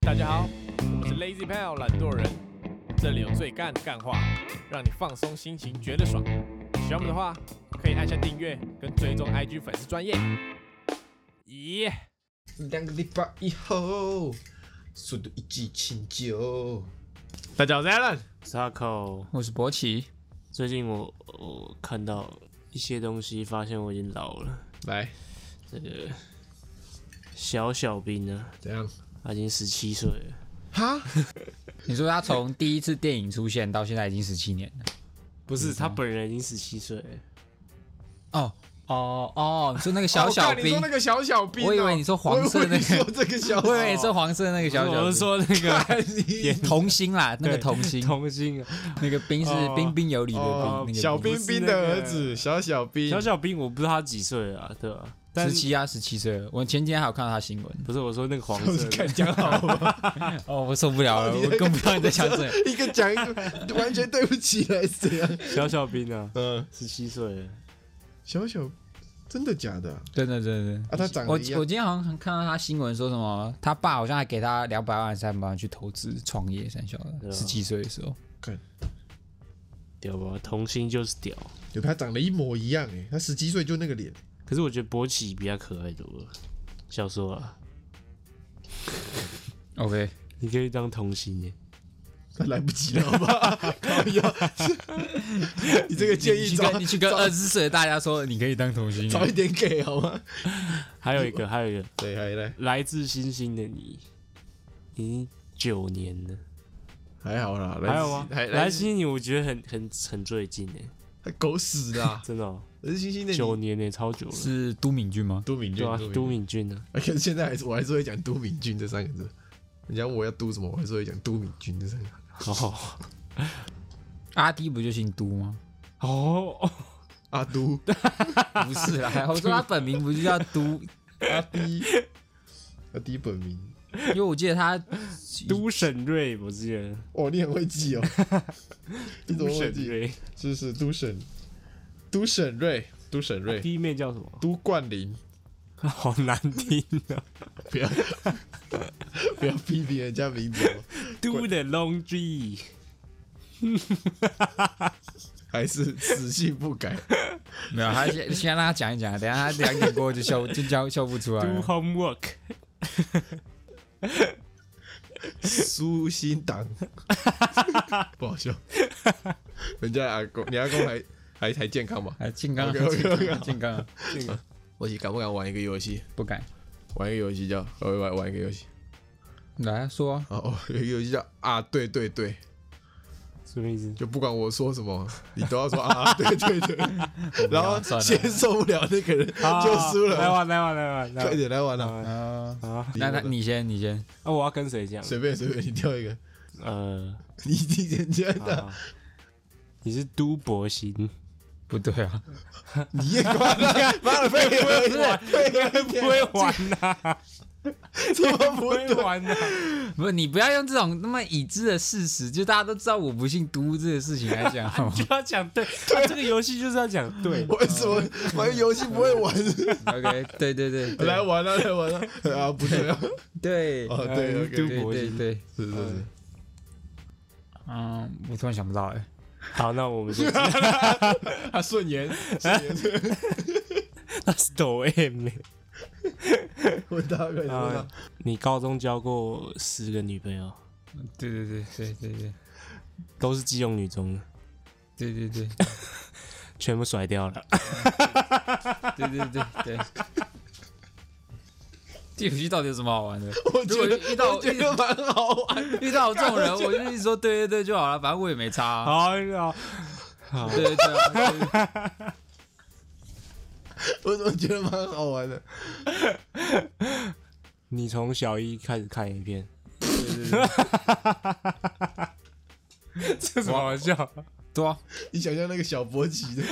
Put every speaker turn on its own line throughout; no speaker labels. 大家好，我是 Lazy Pal 懒惰人，这里有最干的干话，让你放松心情，觉得爽。喜欢我们的话，可以按下订阅跟追踪 IG 粉丝专业。咦、
两个礼拜以后，速度一击清九。
大家好，我是 Alan。
Taco，
我是博奇，
最近我我看到一些东西，发现我已经老了。
来，
这个小小兵呢，
怎样？
他已经十七岁了，
哈？
你说他从第一次电影出现到现在已经十七年了。
不是他本人已经十七岁了，
哦哦哦，你说那个小小
哦干你
兵，
说那个小小兵哦、
我以为你说黄色那个
我以为你说这个小，哦
我以为你说黄色的那个小小兵，
我是啊说那个
也童星啦，那个
对
童星，
童星啊，
那个兵是
哦
彬彬有礼的
哦
兵，
小
兵
冰冰的儿子小小兵。
小小兵，我不知道他几岁了啊，对吧？但
十七啊，十七岁了。我前几天还有看到他新闻，
不是我说那个黄 色的，
讲好吧，
哦，我受不了了，我更不知道你在讲什 么。
一个讲一个，完全对不起来是怎样？
小小兵啊，
嗯，
十七岁了，
小小，真的假的啊？
真的真的真的。
啊他长
我
得
我
一样，
今天好像看到他新闻说什么，他爸好像还给他两百万、三百万去投资创业，三小的，
对啊
十七岁的时候。
屌吧？童星就是屌，
有他长得一模一样哎、他十七岁就那个脸，
可是我觉得博奇比他可爱多了。小时候啊，
OK，
你可以当童星耶，
他来不及了好吧？靠腰你这个建
你
议
去
早
跟你去跟
早
二十岁的大家说，你可以当童星。
早一点给好吗？
还有一个，还有一个。
对，还来
来自星星的你，已经九年了，
还好啦，来
还有吗？啊
还
来
来
自星星的你，我觉得很很很最近哎，！
还狗屎的啊
真的哦，
可是星星的
九
你
年呢，超久了。
是都敏俊吗？
都敏俊
对啊，，都
敏，
敏俊呢？
而且 现在还是我还是会讲都敏俊这三个字。你讲我要都什么，我还是会讲都敏俊这三个字。
哦
阿迪不就姓都 吗？
哦，
阿都
不是啦，我说他本名不就叫都，因
阿迪阿迪本名，
为我记得他
都沈瑞，我记得
哦，你很会记哦，你怎
都
么会
沈
记？
瑞，
是是都沈都沈瑞都沈瑞
第一面叫什么？
都冠霖，
好难听啊！
不要 不要批评人家名字哦，
都的 laundry，
还是死性不改。
没有，他先先让他讲一讲，等一下他两点过后就笑就叫笑不出来
都
了。
homework，
苏心党，不好笑。人家阿公，你阿公还还还健康吗？
哎，健康啊，
OK，OK，OK，
健康啊
好，
健康啊，
我去敢不敢玩一个游戏？
不敢。
玩一个游戏叫，我玩玩一个游戏。
来啊说啊，
哦，哦有一个游戏叫啊，对对对，
什么意思？
就不管我说什么，你都要说啊， 对对对。然后
算了
先受不了那个人就输
啊来
了，
玩，来玩，来玩，来
快
玩
点来玩了。
啊，
啊！
那那你先，你先，
啊，我要跟谁讲？
随便随便，你挑一个，
呃，
你你人家的，
啊你是都博鑫。
不对啊，
你也管了，妈的，废 物，废物，
不会玩啊呐、
怎么
不
不
会
对？
玩 呐、
不是你不要用这种那么已知的事实，就大家都知道我不姓都这个事情来讲 好吗
就要讲对，啊这个游戏就是要讲对。
为什么玩游戏不会玩？
啊
？OK，对对对，对
来玩了，来玩了啊！不 对啊，
对，
哦对
嗯
，OK，
对
博
对
士
对，
是是是，
嗯，我突然想不到哎，
好，那我们 就
啊，顺延，
哎那是抖 M。
问他快点问
啊
他，
你高中交过十个女朋友，
对对对对对对
都是基隆女中的，
对对对
全部甩掉了。
对对对 对。这游戏到底有什么好玩的？
我
如果
觉得
遇到
我觉得 蛮好玩，
遇到我这种人，我就一直说对对对就好了，反正我也没差啊、
好，好，
对对对啊，对对
我怎么觉得蛮好玩的？
你从小一开始看影片，
对对
这什么好笑？
对啊！
你想象那个小博奇的，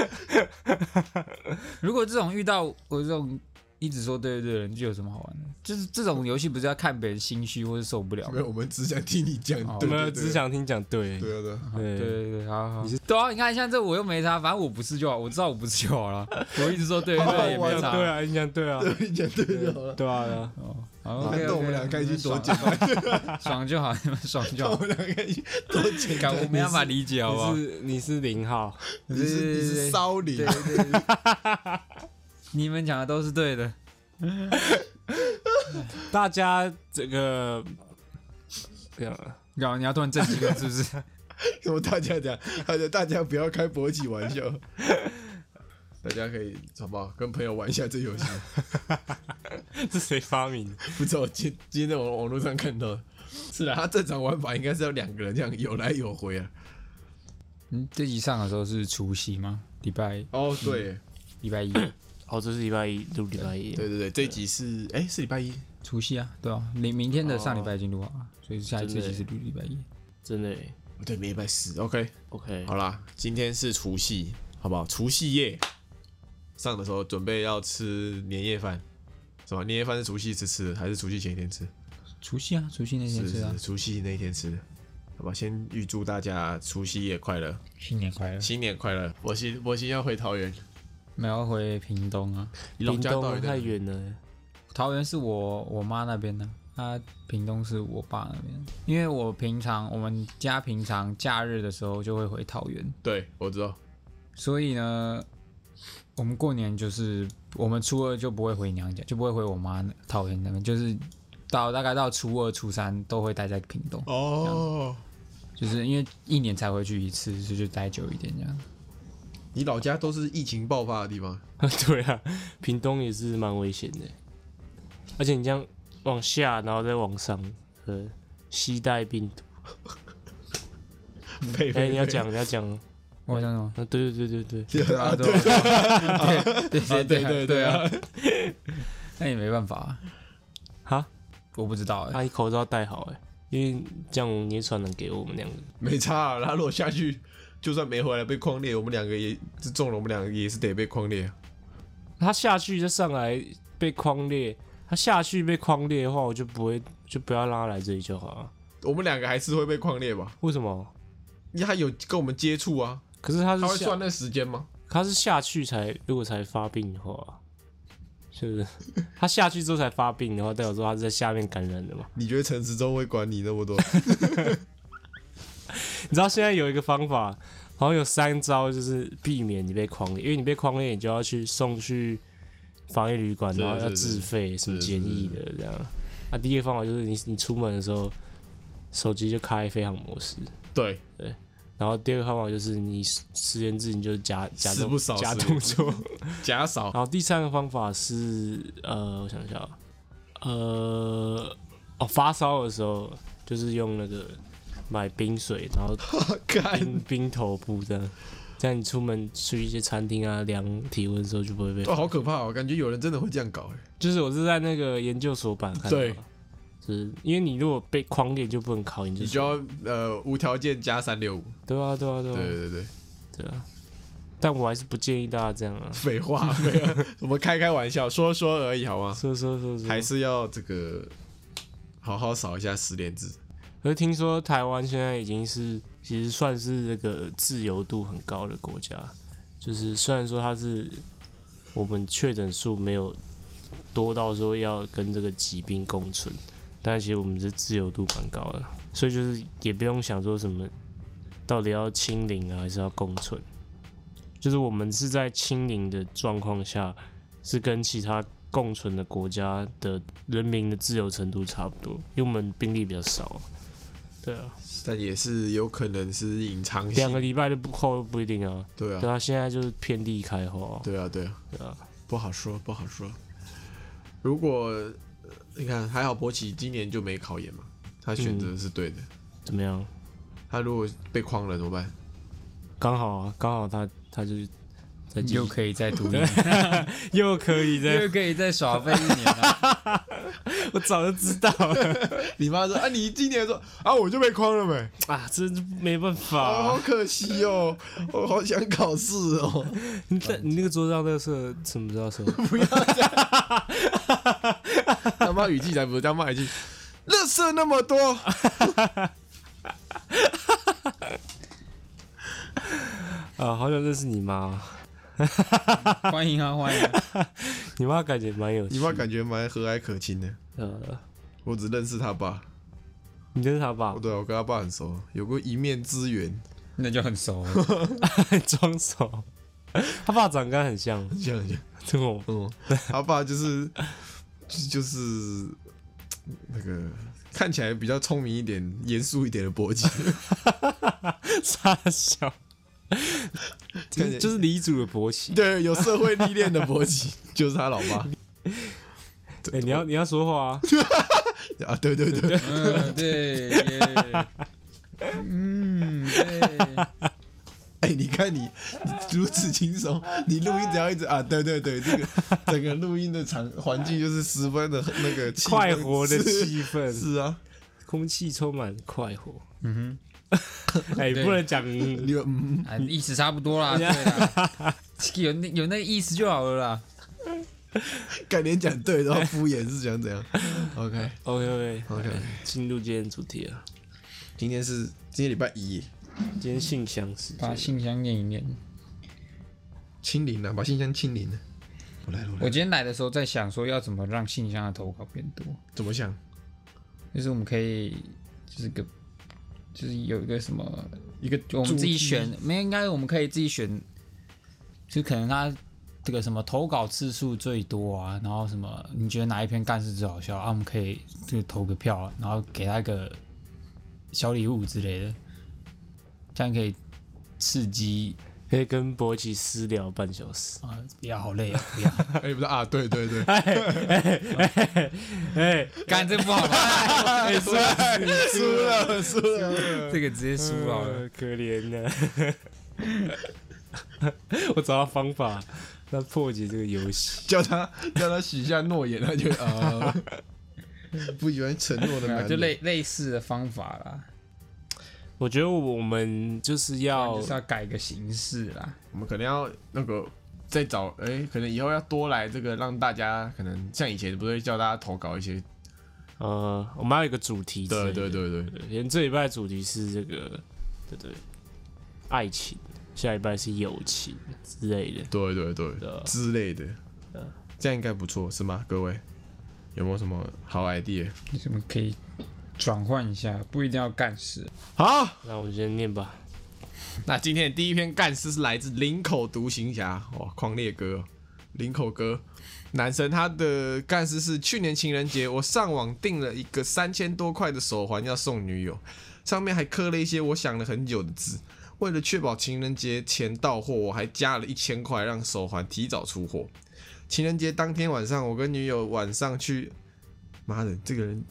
如果这种遇到我这种一直说对对对的人，就有什么好玩的？就是这种游戏不是要看别人心虚或是受不了
没有，
吗？
我们只想听你讲
哦，
我
对
们
对
只
对，
想听讲对。
对啊对啊，
对
对，
对对，好好。你是对啊，你看像这我又没差，反正我不是就好，我知道我不是就好了。我一直说对对对也
好好
没
玩
差。
对啊，你讲对啊，
对你讲对就好了。
对啊，
哦，好
看
OK，OK，
到我们俩开心多
爽
简单，
爽就好，你们爽就
看我
好。
们俩开心多简
感
单。
我没办法理解，好不好
你？是你是零号，
你是你是骚灵
对，对对， 你们讲的都是对的。
大家这个这样啊
然后你要突然震惊了，是不是？
什么大家讲，大家大家不要开勃起玩笑，大家可以好不好跟朋友玩一下这游戏？
这谁发明的？
不知道今今天在网网络上看到的，是啊，他正常玩法应该是要两个人这样有来有回啊。
嗯，这集上的时候是除夕吗？礼拜
哦，对，
礼拜一，
哦，这是礼拜一录礼拜一，
对对对，这一集是哎、是礼拜一，
除夕啊，对啊，明明天的
哦
上礼拜已经录好了，所以下一次
真的
集是录礼拜一。
真的耶
哦对，没礼拜四。OK，
OK，
好啦，今天是除夕，好不好？除夕夜上的时候准备要吃年夜饭，是吧？年夜饭是除夕吃吃的，还是除夕前一天吃？
除夕啊，除夕那天
是
是啊
是，，除夕那一天吃的。好吧，先预祝大家除夕夜快乐，
新年快乐！
新年快乐！我新我新要回桃园，
没有回屏东啊，
你老
屏
家到
东
底在
太
哪？
远了，
桃园是我我妈那边的，啊，屏东是我爸那边。因为我平常我们家平常假日的时候就会回桃园，
对，我知道。
所以呢，我们过年就是我们初二就不会回娘家，就不会回我妈那桃园那边，就是到大概到初二、初三都会待在屏东，
哦，
就是因为一年才回去一次，所以就待久一点这样。
你老家都是疫情爆发的地方，
对啊，屏东也是蛮危险的，而且你这样往下，然后再往上，呃，携带病毒。
佩
哎、
佩，
你要讲，你要讲，啊，
我讲什么？
对对对对对，
对啊，对啊，对对
对对对啊！，
那也没办法啊，
哈，
我不知道哎、
阿姨口罩戴好哎、因为这样你也传染给我们两个。
没差、啊。他如果下去，就算没回来被框裂，我们两个也是中了，我们两个也是得被框裂啊。
他下去再上来被框裂，他下去被框裂的话，我就不会就不要让他来这里就好了。
我们两个还是会被框裂吧？
为什么？
因为他有跟我们接触啊，
可是他
他会
是下
算那时间吗？
他是下去才如果才发病的话，是 不是？他下去之后才发病的话，代表说他是在下面感染的嘛？
你觉得陈时中会管你那 么多？
你知道现在有一个方法，好像有三招，就是避免你被框裂，因为你被框裂，你就要去送去防疫旅馆，
是
然后要
是是
自费什么
是
检疫的这样。啊，第一个方法就是你你出门的时候，手机就开飞行模式，
对，
然后第二个方法就是你十连制，你就假假
时
动
不少
假
时
动作。
假少
然后第三个方法是呃，我想一下啊，呃，哦，发烧的时候就是用那个买冰水，然 后
干
冰冰头布这样，这样你出门去一些餐厅啊量体温的时候就不会被。
哇，好可怕哦！感觉有人真的会这样搞哎、
就是我是在那个研究所版看到的
对，
就是因为你如果被框给就不能考研究
你就
所，
要呃无条件加三六五。
对啊对啊对
对
啊
对对，
对啊，但我还是不建议大家这样啊，
废话，没有， 我们开开玩笑，说说而已，好吗？
说说说说，
还是要这个好好扫一下十连制。
可是听说台湾现在已经是其实算是这个自由度很高的国家，就是虽然说它是我们确诊数没有多到说要跟这个疾病共存，但其实我们是自由度蛮高的，所以就是也不用想说什么到底要清零啊，还是要共存，就是我们是在清零的状况下，是跟其他共存的国家的人民的自由程度差不多，因为我们病例比较少啊。对啊，
但也是有可能是隐藏
两个
性，
礼拜都不后不一定啊。
对
对
啊，
啊，现在就是遍地开花。
对啊，对啊，
对啊，
不好说，不好说。如果呃你看，还好博奇今年就没考研嘛，他选择是对的。
怎么样？
他如果被框了怎么办？
刚好啊，刚好他他就是在继续
又可以再读一年，
又可以在，
又可以再耍废一年啊！
我早就知道 了
你妈说啊，你今年说啊，我就被框了呗，
啊，真是没办法
啊，好
啊。
可惜哦， 我好想考试哦。
你在你那个桌上那个是什么时 候说？
他妈语气才不是，他妈语气，乐色那么多，
啊，好想认识你妈，
欢迎啊，欢迎啊、
你妈感觉蛮有趣
你
的。
妈感觉蛮和蔼可亲的。
呃，
我只认识他爸。
你认识他爸
哦，？对啊，我跟他爸很熟，有过一面之缘，
那就很熟了。
装熟，他爸长得跟他很像，
这样讲。
这我
嗯， 他爸就是就是那个看起来比较聪明一点、严肃一点的伯吉，
傻笑，就
看起
是
来
就是李主的勃起。
对，有社会历练的伯吉， 就是他老爸
哎、你要你要说话啊！
啊，对对对，
嗯，对，耶嗯，对，
哎、你看你你如此轻松，你录音只要一直啊，对对对，这个整个录音的场环境就是十分的那个气氛
快活的
是
气氛，
是啊，
空气充满快活。
嗯
哎、
对
不能讲，嗯
你有嗯，
哼，啊，意思差不多 啦，对啦，有那有那个意思就好了啦。
改连讲对然后敷衍是想怎样？OK 啊
OK OK，
OK，
进入今天主题了。
今天是今天礼拜一耶。
今天性相时
把
间，
信箱念一念。
清零了、把信箱清零了。我来了，我来
我
了，
今天来的时候在想说，要怎么让信箱的投稿变多，
怎么想？
就是我们可以就是个就是有一个什么，
一个
我们自己
主题
选，没有应该我们可以自己选，就可能他。这个什么投稿次数最多啊，然后什么你觉得哪一篇干事最好笑啊？我们可以就投个票啊，然后给他一个小礼物之类的，这样可以刺激
可以跟勃起私聊半小时。
啊！不要好累啊，不要
哎、不是啊，对对对，
哎哎哎哎，
干这不好吧？
哎，说
输了输 了，
这个直接输好了。
呃可怜呢。 我找到方法来破解这个游戏。
叫他叫他许下诺言，他就啊、不喜欢承诺的
对
男
啊，
人，
就类类似的方法啦，
我觉得我们就是要
就是要改个形式啦。
我们可能要那个再找，哎、可能以后要多来这个，让大家可能像以前不是会叫大家投稿一些，
呃，我们要有一个主题之类
对
的。
对对对，
对，连这礼拜的主题是这个，对对，爱情，下礼拜是友情之类的。
对对对
啊
的
之类的，这样应该不错是吗？各位有没有什么好 idea？
你怎么可以转换一下？不一定要干事。
好。
那我们先念吧。
那今天的第一篇干事是来自林口独行侠，哇，狂烈哥哦，林口哥，男生他的干事是去年情人节，我上网订了一个三千多块的手环要送女友，上面还刻了一些我想了很久的字。为了确保情人节前到货，我还加了一千块让手环提早出货。情人节当天晚上，我跟女友晚上去，妈的，这个人。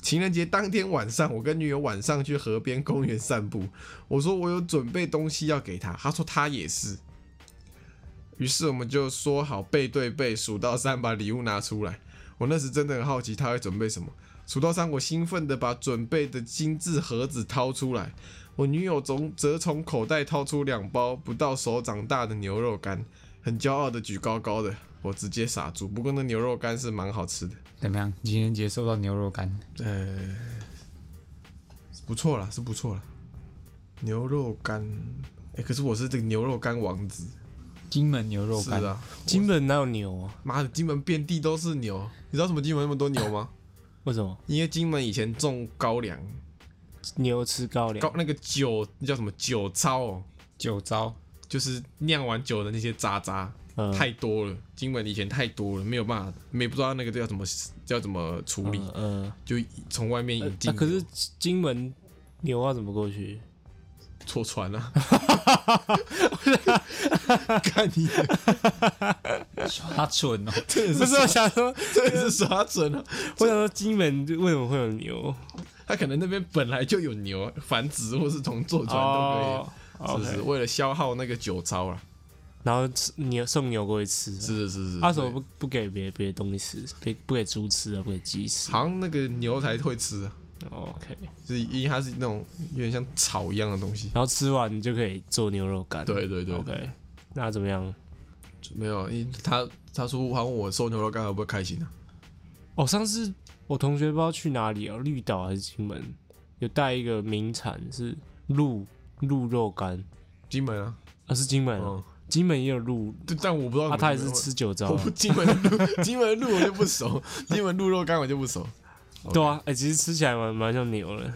情人节当天晚上，我跟女友晚上去河边公园散步，我说我有准备东西要给他，他说他也是。于是我们就说好背对背数到三，把礼物拿出来。我那时真的很好奇他会准备什么。数到三，我兴奋的把准备的精致盒子掏出来。我女友从则从口袋掏出两包不到手掌大的牛肉干，很骄傲的举高高的。我直接傻住。不过那牛肉干是蛮好吃的，
怎么样？情人节收到牛肉干，
呃，不错啦，是不错啦。牛肉干，哎、可是我是这个牛肉干王子，
金门牛肉
是
干，
啊，
金本哪有牛啊？
妈的，金门遍地都是牛，你知道为什么金门那么多牛吗？
为什么
因为金门以前种高粱，
牛吃高粱？
高那个酒那叫什么酒糟哦，
酒糟，
就是酿完酒的那些渣渣
嗯
太多了，金门以前太多了，没有办法，没不知道那个叫怎么叫怎么处理，
嗯嗯，
就从外面
呃
引进
啊
牛、
可是金门牛要怎么过去？
坐船 啊， 看你
耍蠢哦！
真的
不
是
是，啊我想说，
这也是耍准了、
我想说，金门为什么会有牛？
他可能那边本来就有牛繁殖，或是从坐船都
哦
可以，是不是？
，OK
为了消耗那个酒糟啦，
然后吃牛送牛过去吃，
是是是是。
他怎啊么
对
不不给别别的东西吃？不不给猪吃啊，不给鸡吃。
好像那个牛才会吃啊，
OK，
就是因为它是那种有点像草一样的东西。
然后吃完你就可以做牛肉干。
对对对
，OK，那怎么样？
没有，因为他他说好像我收牛肉干会不会开心啊？
哦，上次我同学不知道去哪里哦，绿岛还是金门，有带一个名产是鹿鹿肉干，
金门啊，
啊是金门哦、
嗯，
金门也有鹿，
对但我不知道
啊，他也是吃酒糟
我
啊
不，金门的鹿， 金门的鹿我就不熟，金门鹿肉干我就不熟。
对啊，哎、其实吃起来蛮蛮像牛的，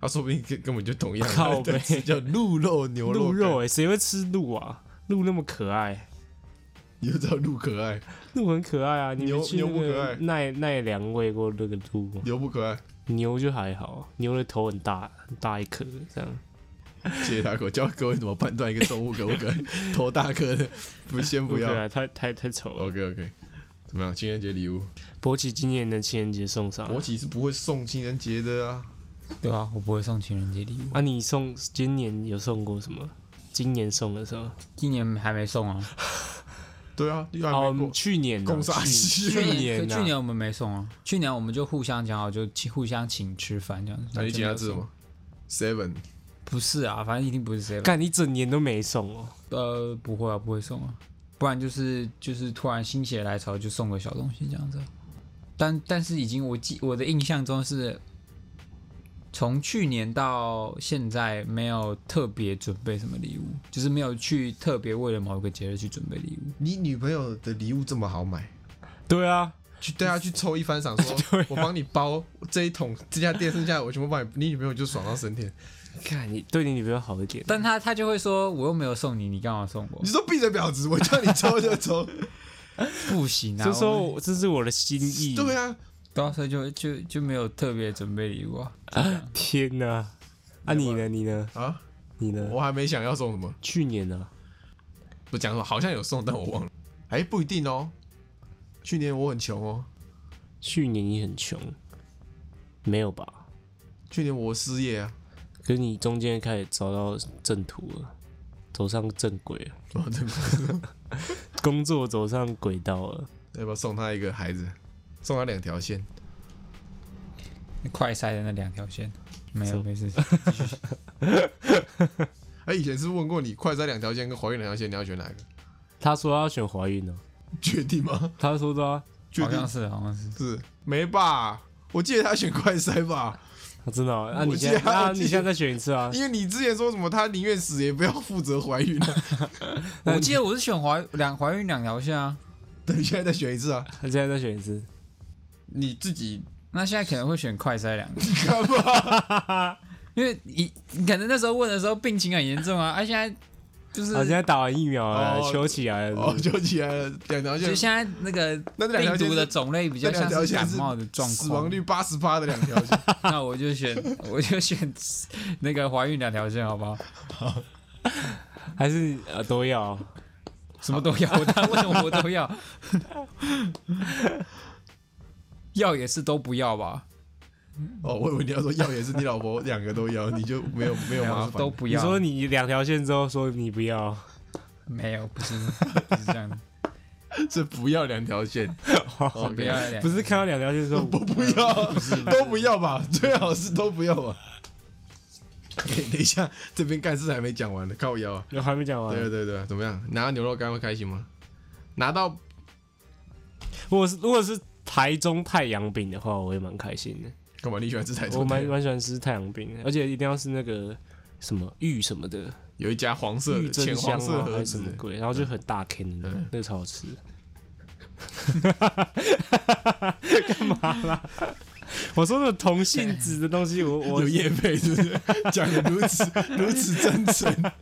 他说不定根根本就同样，
靠
对
背
是叫鹿肉牛
鹿
肉干
肉哎、谁会吃鹿啊？鹿那么可爱，
你就知道鹿可爱，
鹿很可爱啊，你
牛
们去
牛不
那
可爱
个奈奈良喂过那个鹿吗？
牛不可爱。
牛就还好，牛的头很大，很大一颗这样。
谢谢大哥，教各位怎么判断一个动物可不可爱。 头大颗的，不先不要哦
对。啊，太太太丑了。
OK OK，怎么样？情人节礼物，
博奇今年的情人节送啥？
国企是不会送情人节的啊。
对啊，我不会送情人节礼物，
啊，你送今年有送过什么？今年送了什么？
今年还没送啊，
对啊，又还
哦
没过，。
去年的
共杀
去
西
啊去
可
年
去
啊，
年我们没送啊，去年我们就互相讲好，就请互相请吃饭这样子。
那你
就
请他
没有
吃什
送？
么？Seven，
不是啊，反正一定不是 seven。
干一整年都没送哦。
呃，不会啊，不会送啊，不然就是就是突然心血来潮就送个小东西这样子啊。但但是已经我记我的印象中是，从去年到现在没有特别准备什么礼物，就是没有去特别为了某个节日去准备礼物。
你女朋友的礼物这么好买？
对啊，
去带她去抽一番赏，说我帮你包这一桶，这家店剩下的我全部帮你，你女朋友就爽到升天。
看你对你女朋友好一点，
但他他就会说，我又没有送你，你干嘛送我
你？说闭嘴婊子，我叫你抽就抽。
不行啊！
这说
我
我这是我的心意。
对啊，
对啊，所以就就就没有特别准备礼物啊。
天哪！啊，你呢？你呢？
啊，
你呢？
我还没想要送什么，
去年啊呢？
不讲说好像有送，但我忘了。哎，不一定哦。去年我很穷哦，
去年你很穷，没有吧？
去年我失业啊，
可是你中间开始找到正途了，走上正轨了，
我真的
工作走上轨道了。
要不要送他一个孩子，送他两条线？
快塞的那两条线，没有
走
没事。
哎，以前是问过你，快塞两条线跟怀孕两条线，你要选哪个？
他说他要选怀孕呢、
确定吗？
他说的啊，
确
好
定
像是好像是。
是没吧？我记得他选快塞吧，
他真的、啊，那、
我
你
记
现
得
在，那、
我记
你
得
现在再选一次啊？
因为你之前说什么他宁愿死也不要负责怀孕啊，
我记得我是选怀两怀孕两条线啊，
等现在再选一次啊，
他现在再选一次，
你自己
那现在可能会选快筛两个，
干嘛？
因为你你可能那时候问的时候病情很严重啊，而、现在就是
他、现在打完疫苗了，啊
哦
求起来了
哦，
呃
就起来了，两条
就
线，
现在那个
那这两条
病
线
毒
是
的种类比较
那两
像
条
是
线
感
是
冒的状况，
死亡率八十八的两条线，
那我就选 我就选那个怀孕两条线，好不好？
还是呃都要？
什么都要，我当为什么我都要？ 要也是都不要吧，
哦，我以为你要说要也是你老婆两个都要，你就没有
没
没有
有
麻
我
烦，
都不
你
要。
说你两条线之后说你不要，
没有，不是不是这 样的，
是不要两 条线，哦
我不要两
不是看到两条线说
我 不要，都不要吧，最好是都不要吧。OK，等一下，这边干事还没讲完呢，靠腰啊。
我还没讲完，
对对对，啊怎么样？拿到牛肉干会开心吗？拿到
如果是如果是台中太阳饼的话，我也蛮开心的。
干嘛？你喜欢吃台
我
中
蛮
的？
蛮喜欢吃太阳饼的，而且一定要是那个什么玉什么的
有一家黄色
玉
的
珍
浅
香
黄色
啊，还
盒
是什
子
么
的，
鬼，然后就很大 can 的， 那个超好吃。 干嘛啦？ 我说那种同性质的东西，我我
有叶配是不是？讲的如此如此真 诚，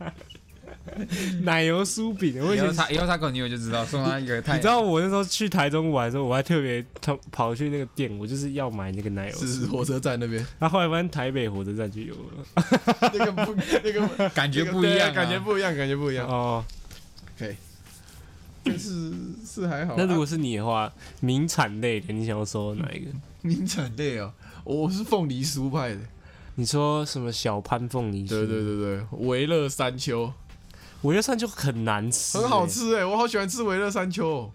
奶油酥饼，我以
以后
前
他以后他搞女友就知道，送他一个太
你知道我那时候去台中玩的时候，我还特别他跑去那个店，我就是要买那个奶油
是
酥
是火车站那边
然后后来发现台北火车站就有了。
那个不那个
感觉
那个
不一
对啊
样啊，
感觉不一样，感觉不一样。
哦，
OK，但是是还好啊。
那如果是你的话，名产类的，你想要收哪一个？
名产类哦，我是凤梨酥派的。
你说什么小潘凤梨酥？
对对对对，维乐山丘
我觉得山丘很难吃、欸
很好，吃哎、我好喜欢吃维乐山丘、哦。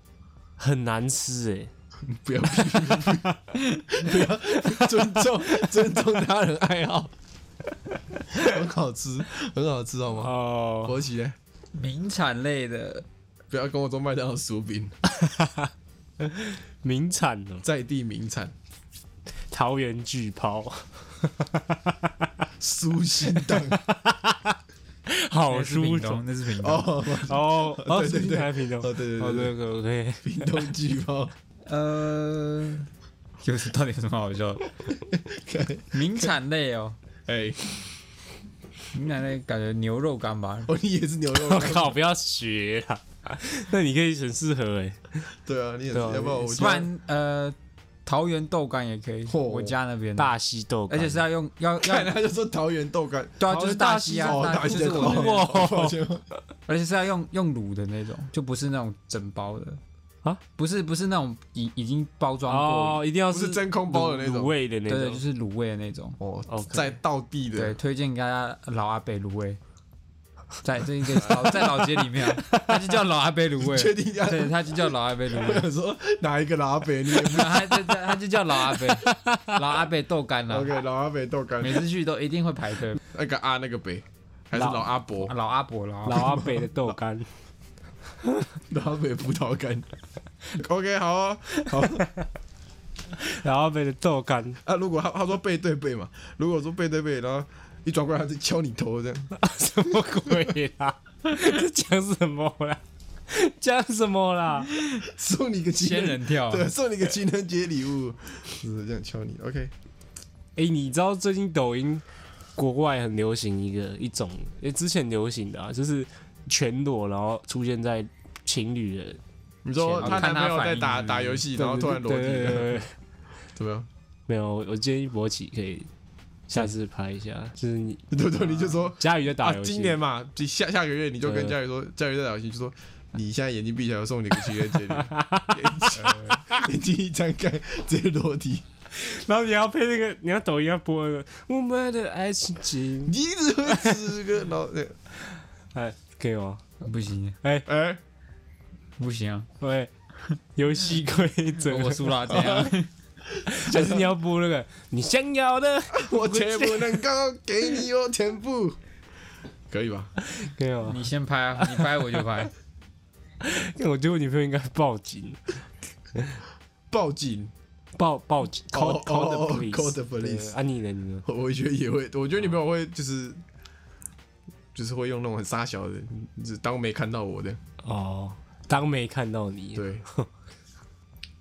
很难吃哎、
不要不要尊重尊重他人爱好，很好吃，很好吃，好吗？
哦，
国旗嘞，
名产类的，
不要跟我说麦当劳薯饼，
名产哦，
在地名产，
桃园 巨抛，
酥心蛋，
好
那是
书
屏
种
东，那是屏东。
哦，
哦哦，
对对
是
对
台屏东，
哦对对对
哦对对对，
屏东巨炮，
呃，有什到底有什么好 笑的？名产类哦，
哎，
名产类感觉牛肉干吧，
哦，你也是牛肉
我
干，
靠，不要学啦，那你可以很适合哎，
对啊，你也是，
对啊
要不然我
不
就
然呃，桃园豆干也可以，
嚯
我家那边的，
大溪豆干，
而且是要 用要
看
要。
他就说桃园豆干，
对啊，
桃园
就是
大
溪啊，
哦，
大
大
就
溪
是
的
我那边
哇
的，
哦抱歉
而且是要用用卤的那种，就不是那种整包的
啊，
不是不是那种已已经包装过，
哦，一定要
不是真空包的那
卤
种，
味的那
对对，就
种，
是卤味的那种。
哦，
OK
在倒地
对，
的，
推荐给大家老阿伯卤味，在这一个老在老街里面啊，它就叫老阿伯卤
确
味，
定啊？
对，它就叫老阿伯卤
我
味，
想说哪一个老阿北，你也不
它它它就叫老阿伯，老阿伯豆干啦，
OK，老阿北豆干，
每次去都一定会排队，
那个阿那个北，还是
老
老阿伯，
老阿伯老
老阿北的豆干，
老阿北葡萄干。OK，好啊，好啊
老阿北的豆干，
啊。如果他他说背对背嘛，如果我说背对背，然后一转过来他就敲你头这样，
什么鬼啦？这讲什么啦？讲什么啦？
送你一个情
仙
人，
人哦跳，
对，送你一个情人节礼物，是这样敲你。OK，
哎、你知道最近抖音国外很流行一个一种，哎、之前流行的啊，就是全裸然后出现在情侣的，
你说
钱
她男朋友在打
看她反应
打游戏，然后突然裸体
对对对
这样，
对对
怎么样？
没有，我建议博起可以下次拍一下，就是你
对对，你就说
佳宇在打
啊，
游戏、
今年嘛，就下下个月你就跟
对
佳宇说，佳宇在打游戏，就说你现在眼睛闭起来，我送你个情人节礼 物，眼睛一张开，直接裸体。
然后你要配那个，你要抖音要播那个我们的爱情，
你一直会吃个 老的，
哎，可以吗？
不行
哎，
不行啊，
喂，游戏规 则，
我输了这样，
还是你要播那个你想要的，
我全部能够给你，我全部，可以吧？
可以吗？
你先拍啊，你拍我就拍，
我觉得我女朋友应该报警，
报警
报报警
哦
，call call
哦
the
哦
police。
call the police
对啊，你呢？你呢？
我我觉得也会，我觉得女
哦
朋友会就是就是会用那种很傻小的，只当没看到我的，
哦，当没看到你。
对。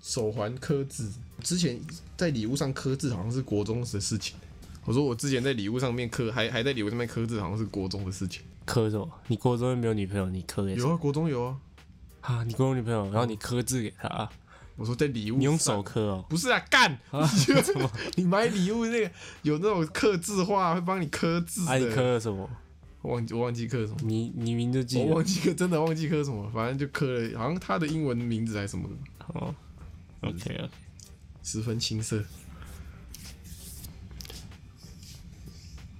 手环刻字，之前在礼物上刻字好像是国中的事情。我说我之前在礼物上面刻，还还在礼物上面刻字，好像是国中的事情。
磕什么？你国中又没有女朋友，你磕给谁
有啊，国中有啊。
啊？你国中女朋友，然后你磕字给她，
我说在礼物，
你用手磕哦。
不是啊，干！ 你买礼物那个有那种刻字画，会帮你刻字
啊，你
的。
磕了什么？
我忘记我忘记刻什么，
你你名字记
我
得
忘记刻，真的忘记刻什么，反正就刻了，好像他的英文名字还是什么的，
哦。OK OK，
十分青涩。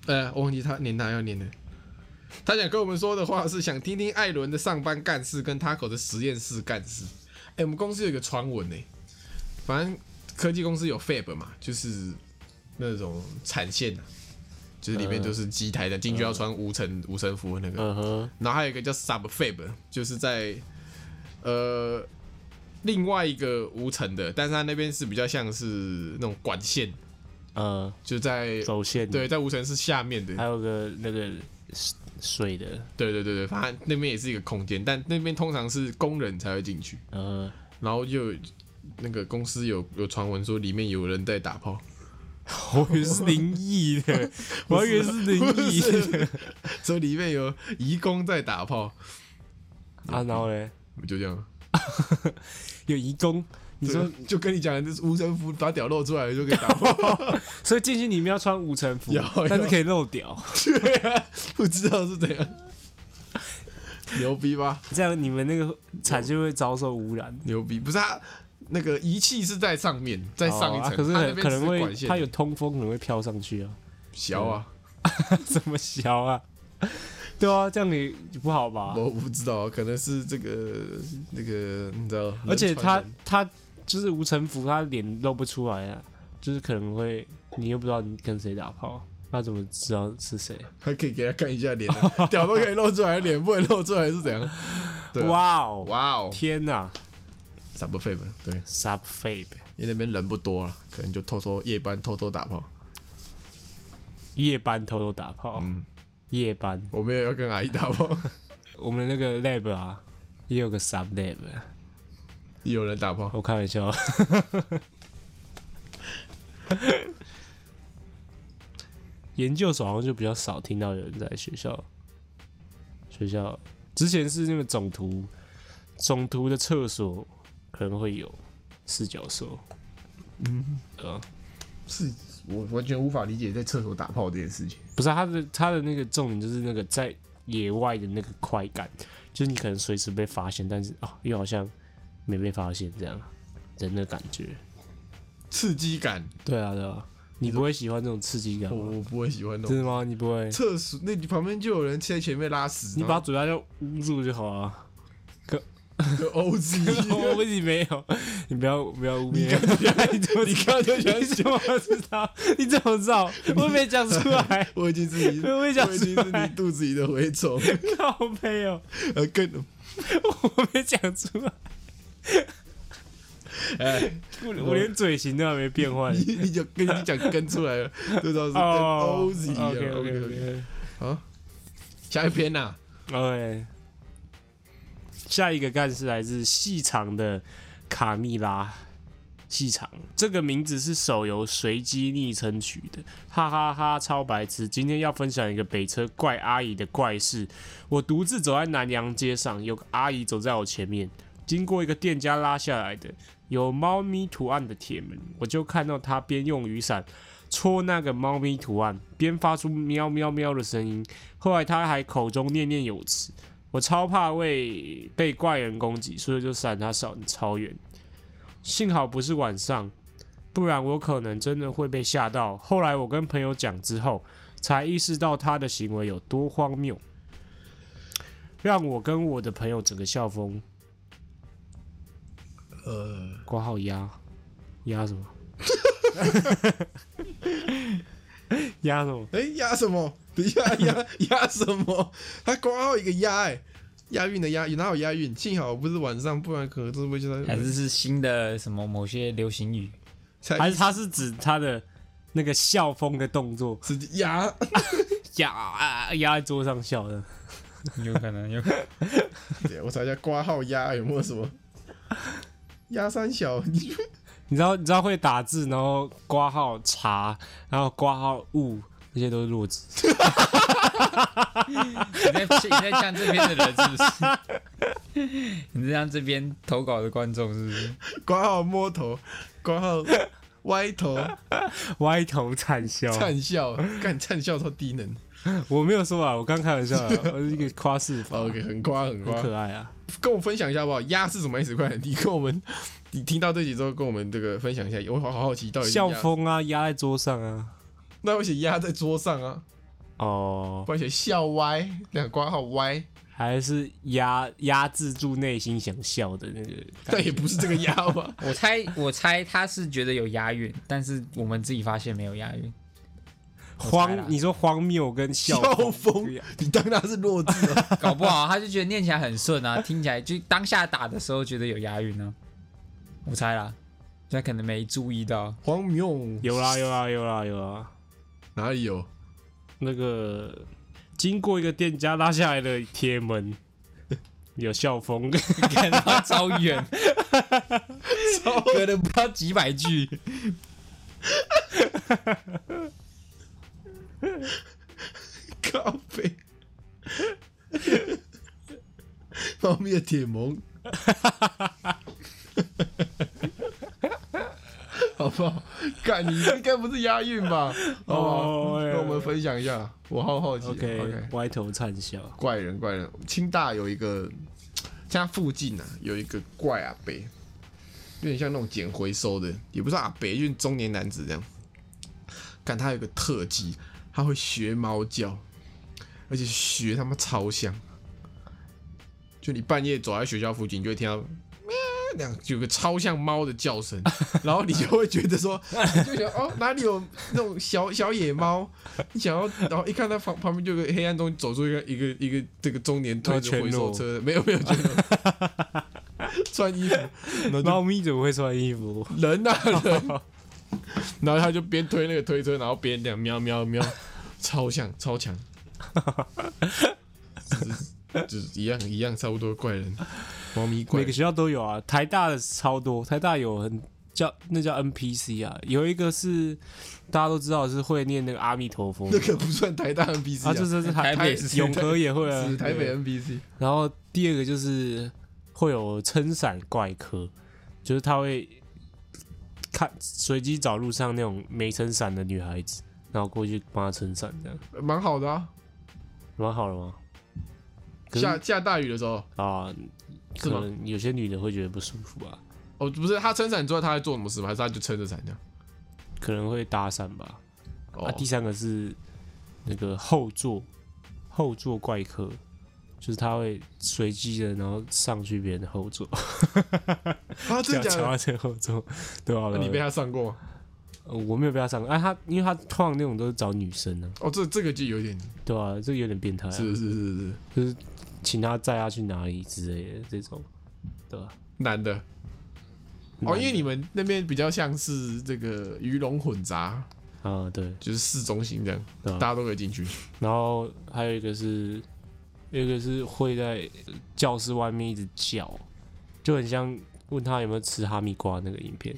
呃，我忘记他年他要念的。他想跟我们说的话是想听听艾伦的上班干事跟 Taco 的实验室干事。哎、我们公司有一个传闻呢，反正科技公司有 Fab 嘛，就是那种产线啊，就是里面
嗯
就是机台的，进去要穿无尘无尘服的那个。
嗯哼，
然后还有一个叫 Sub Fab，就是在呃另外一个无尘的，但是它那边是比较像是那种管线，
呃，
就在
走线的
对，在无尘室下面的
还，有个那个水水的，
对对对对，反正那边也是一个空间，但那边通常是工人才会进去，
呃，
然后就有那个公司有有传闻说里面有人在打 炮，
我以为是灵异 的，我还以为是灵异的
说里面有移工在打炮，
啊，然后嘞，
就这样。
有义工，你说，
对就跟你讲，就是无尘服把屌露出来就可以打炮，
所以进去你们要穿无尘服
有，
但是
有
可以露屌，
对啊， 不知道是怎样，牛逼吧？
这样你们那个产线会遭受污染。
牛逼！不是它那个仪器是在上面，在上一
哦啊
层，
可是
它
很
那边
可
只
能
是
会
管，线
它有通风，可能会飘上去啊，
小啊，
怎么小啊？对啊，这样你不好吧？
我不知道，可能是这个那个你知道，
而且
人
他
传人
他就是无尘服，他脸露不出来啊，就是可能会你又不知道你跟谁打炮，他怎么知道是谁？
还可以给他看一下脸啊， 屌都可以露出来，脸 不能露出来是怎样？对啊
哇哦，
哇哦，
天哪
啥不费吧？对，
，sub fabe
因为那边人不多了，可能就偷偷夜班偷偷打炮，
夜班偷偷打炮，
嗯，
夜班，
我没有要跟阿姨打炮，
我们那个 lab 啊，也有个 sub lab，
有人打炮，
我开玩笑。 研究所好像就比较少听到有人在学校，学校之前是那个总图，总图的厕所可能会有四角兽，嗯，呃，
是我完全无法理解在厕所打炮这件事情。
不是啊他的他的那个重点就是那个在野外的那个快感，就是你可能随时被发现，但是啊又好像没被发现这样的那个感觉。
刺激感，
对啊对啊，你不会喜欢这种刺激感
我
吗？
我不会喜欢那
真
种
的吗？你不会？
厕所，那你旁边就有人在前面拉屎，
你把嘴巴就捂住就好啊 了。我
OZ，，
问你没有，你不要不要污蔑。你怎 么你刚就想怎么知道？你怎么知道？我没讲出来
我已经是你，
我没讲
我已
出
经是你
来，
肚子里的蛔虫，
靠背哦，
呃， 更
我没讲出来。
哎，
我我连嘴型都还没变换。
你你就跟你讲跟出来了，就知道是跟
哦
OZ 一样。
OK OK
OK，
OK
下一篇呐，
OK。下一个干事来自细长的卡蜜拉。细长这个名字是手游随机昵称取的，哈哈哈超白痴！今天要分享一个北车怪阿姨的怪事。我独自走在南洋街上，有个阿姨走在我前面，经过一个店家拉下来的有猫咪图案的铁门，我就看到她边用雨伞戳那个猫咪图案，边发出喵喵喵的声音。后来他还口中念念有词，我超怕为被怪人攻击，所以就闪他闪超远。幸好不是晚上，不然我可能真的会被吓到。后来我跟朋友讲之后，才意识到他的行为有多荒谬，让我跟我的朋友整个笑疯。呃，挂号压压什么？ 压什么？
哎，压什么？等一下， 压压什么？他挂号一个压，哎，押韵的押，哪有押韵？幸好不是晚上，不然可能真的会吓到。
还是是新的什么某些流行语？
还
才
是他是指他的那个笑疯的动作，
直接压，
压啊压在桌上笑的。
有可能有可能。
对我查一下挂号压有没有什么？压三小，你
你知道你知道会打字，然后挂号查，然后挂号物，这些都是弱智。
你在你在呛这边的人是不是？ 你在呛这边投稿的观众是不是？
挂号摸头，挂号歪头，
歪头惨笑，
灿笑，
哦
干灿笑超低能。
我没有说啊，我刚开玩笑的，我是一个夸饰法，
哦 OK，很夸很
很
夸。
可爱啊。
跟我分享一下好不好？压是什么意思？快点，你跟我们，你听到这集之后跟我们这个分享一下，我好好奇到底是
笑
鸭
疯啊，压在桌上啊。
那我写压在桌上啊，
哦，
不然写笑歪，两括号歪，
还是压压制住内心想笑的那个感觉。
但也不是这个压吧？
我猜我猜他是觉得有押韵，但是我们自己发现没有押韵。我猜啦
荒，你说荒谬跟 笑
笑
疯
疯，你当他是弱智 啊？
搞不好他就觉得念起来很顺啊， 听起来就当下打的时候觉得有押韵呢、我猜啦，他可能没注意到。
荒谬，
有啦有啦有啦有啦。
哪里有？
那个经过一个店家拉下来的铁 门，有笑疯，
看到超 远，隔了不到几百 句，
靠背，猫咪的铁萌， 好不好？干，你应该不是押韵吧？好不好
哦？哎
跟我们分享一下，我好好奇。
OK，歪头灿笑，
怪人怪人，清大有一个，家附近啊有一个怪阿伯，有点像那种捡回收的，也不是阿伯，就是中年男子这样。但他有个特技，他会学猫叫，而且学他妈超像。就你半夜走在学校附近，你就会听到。那样有个超像猫的叫声，然后你就会觉得说，你就想哦哪里有那种小小野猫，你想要，然后一看到旁旁边就有个黑暗中走出一个一个一个这个中年推着回收车的，没有没有，全裸穿衣服，然后就
猫咪怎么会穿衣服？
人呐、啊人，然后他就边推那个推车，然后边这样喵喵喵，超像超强， 就是一样一样，差不多怪人，猫咪怪
每
人
个学校都有啊，台大的超多，台大有很叫那叫 NPC 啊，有一个是大家都知道是会念那个阿弥陀佛的
那个不算台大 NPC
啊，这
啊，
是是台
台北是
永和也会啊
只，台北
对
NPC。
然后第二个就是会有撑伞怪科，就是他会看随机找路上那种没撑伞的女孩子，然后过去帮她撑伞，这样
蛮好的啊。
蛮好了吗？可是
下下大雨的时候，
啊，可
是吗
能有些女的会觉得不舒服啊吧，
哦，不是他撑伞之后他还做什么事吗？还是他就撑着伞这样？
可能会搭讪吧。
哦，
啊，第三个是那个后座，后座怪客，就是他会随机的，然后上去别人的后座，
啊，真
要
的假
抢
的？
到这个后座，对吧、啊
那？你被他上过吗？
呃我没有被他上，啊，他因为他通常那种都是找女生呢、
哦，这这个就有点
啊，对啊，这有点变态、啊，
是是是是
就是请他载他去哪里之类的这种，对吧、
男的哦，因为你们那边比较像是这个鱼龙混杂，
啊，对，
就是市中心这样，
对啊
大家都可以进去。
然后还有一个是，有一个是会在教室外面一直叫，就很像问他有没有吃哈密瓜那个影片，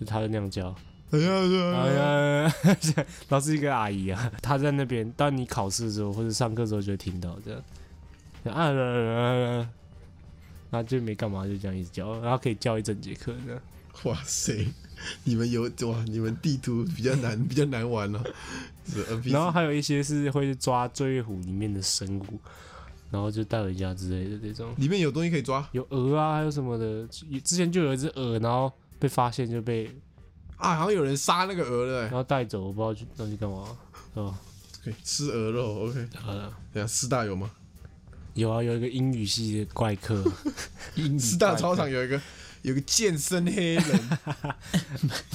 就他就那样叫，
哎呀
哎
哎呀，
呀，老师一个阿姨啊，她在那边，当你考试的时候或者上课的时候就会听到这样，啊啦啦啦啦，然后就没干嘛，就这样一直叫，然后可以叫一整节课这样。
哇塞！你们有哇？你们地图比较难，比较难玩了、是 NPC，
然后还有一些是会去抓醉月湖里面的生物，然后就带回家之类的这种。
里面有东西可以抓
有鹅啊，还有什么的，之前就有一只鹅，然后被发现就被
啊！好像有人杀那个鹅了、
然
欸，
后带走，我不知道去那去干嘛，哦，
可以吃鹅肉。OK，
呃，
等一下师大有吗？
有啊，有一个英语系的怪客，
师大操场有一个有一个健身黑 人，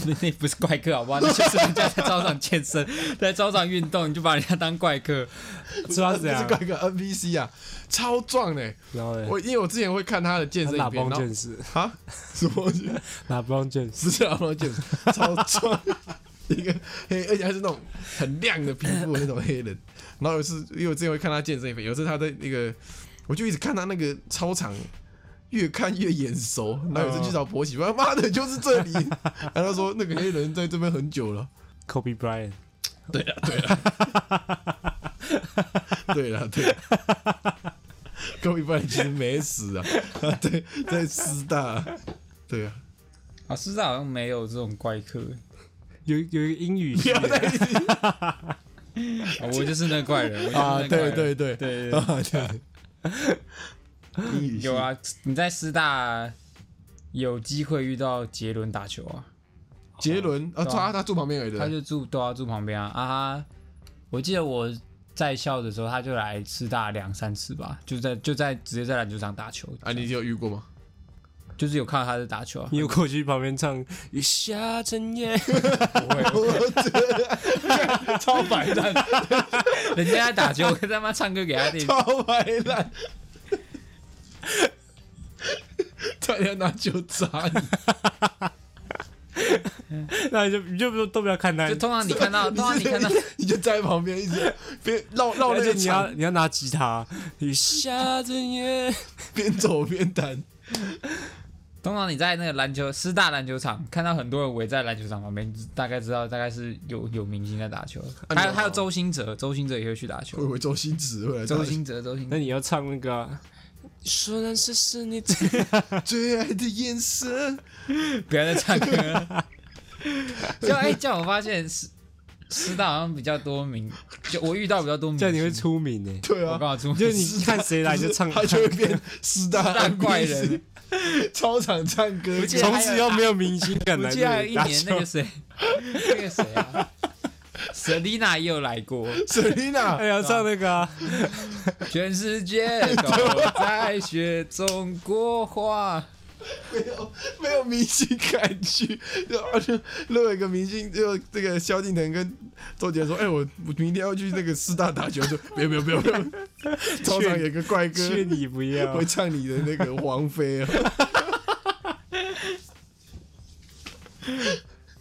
那那不是怪客好不 好？那就是人家在操场健身， 在操场运动，你就把人家当怪客。
知道是怎
就是
样，
怪个 NPC 啊，超壮的、
然后呢，
我因为我之前会看他的健身
拉
影片，
帮
然后
卷士，
啊什么
拉帮卷 士，
不是拉帮健身，超壮。一个黑，而且还是那种很亮的皮肤的那种黑人。然后有一次，因为我之前会看他健身影片，有一次他在那个，我就一直看他那个操场，越看越眼熟。然后有一次去找博喜，他妈的就是这里。然后他说那个黑人在这边很久了。
Kobe Bryant，
对了，对了，高一半其实没死啊，啊对，在师大，对 啊，
啊，师大好像没有这种怪客，
有有一个英语系的，
啊我就是那怪人我就是那怪
啊，
人
对对对
对对，
啊对，英语系
有，啊，你在师大有机会遇到杰伦打球啊，
杰伦啊，
对啊
他他住旁边而已
他
的，
就住都要住旁边啊啊他！我记得我在校的时候，他就来师大两三次吧，就在就在直接在篮球场打球
啊，你有遇 过吗？
就是有看到他在打球啊
你，有过去旁边唱雨下整夜，
超白烂， 人家在打球， 我他妈唱歌给他听，
超白烂， 差点拿球砸 你，
那你就你就不都不要看他，
就通常你看到，通常啊你
你
看到
就。 你就站在旁边一直边绕绕
而
那
且
个
你要
墙，
你要拿吉他，雨下整夜，
边走边弹。
通常你在那个篮球师大篮球场看到很多人围在篮球场旁边，你大概知道大概是有有明星在打球，
啊
还有
你
还有周星哲，周星哲也会去打
我以
球。
为周星驰会来打
周
球，
星哲，周星
那
哲，
你要唱那个啊、说那是是你最
最爱的眼神。
不要再唱歌了。 就哎，这样我发现师师大好像比较多名，就我遇到比较多名
这
星，
样你会出名呢、
对
我
啊，
刚好出，
就是你看谁来就唱，
他就 会变师大
大怪 人。
操场唱歌
我，记得
从此又没有明星感
我
来
记得还
这
有
里
一
打
年那
球
个。谁， 那个谁啊，Selina 也有来过。
Selina
哎呀，唱那个、啊，
全世界都在学中国话。
没有没有明星感去，而且如果有一个明星，就这个萧敬腾跟周杰伦说：“哎、我我明天要去那个师大打球。”就没有没有 没有，没有操场有个怪哥
劝你不要
会。唱你的那个王菲啊。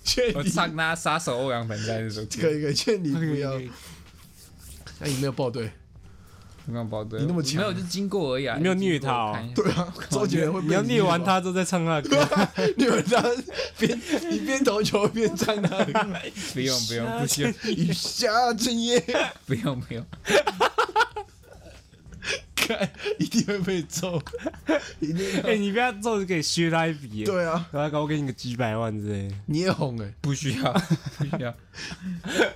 劝
我
你
唱他《杀手欧阳盆栽》这首
可
歌，
以可以，劝你不要哎
可以可以。
那、你没有报对，
刚刚包对，
你那么强
没有就经过而已啊，
你没有
就经
虐他
过
哦
看一下
对啊，周杰伦会被
你要虐完
吧，
他之后再唱他的歌，
虐完他边你边投球边唱他的歌，
不用不用不用
雨下 整夜，
不用不用，
看一定会被 揍，一定
哎、
会。
你不要之后就可以削他一笔耶，
对啊，
然后搞我给你个几百万之类的。
你也红哎，
不需要不需要，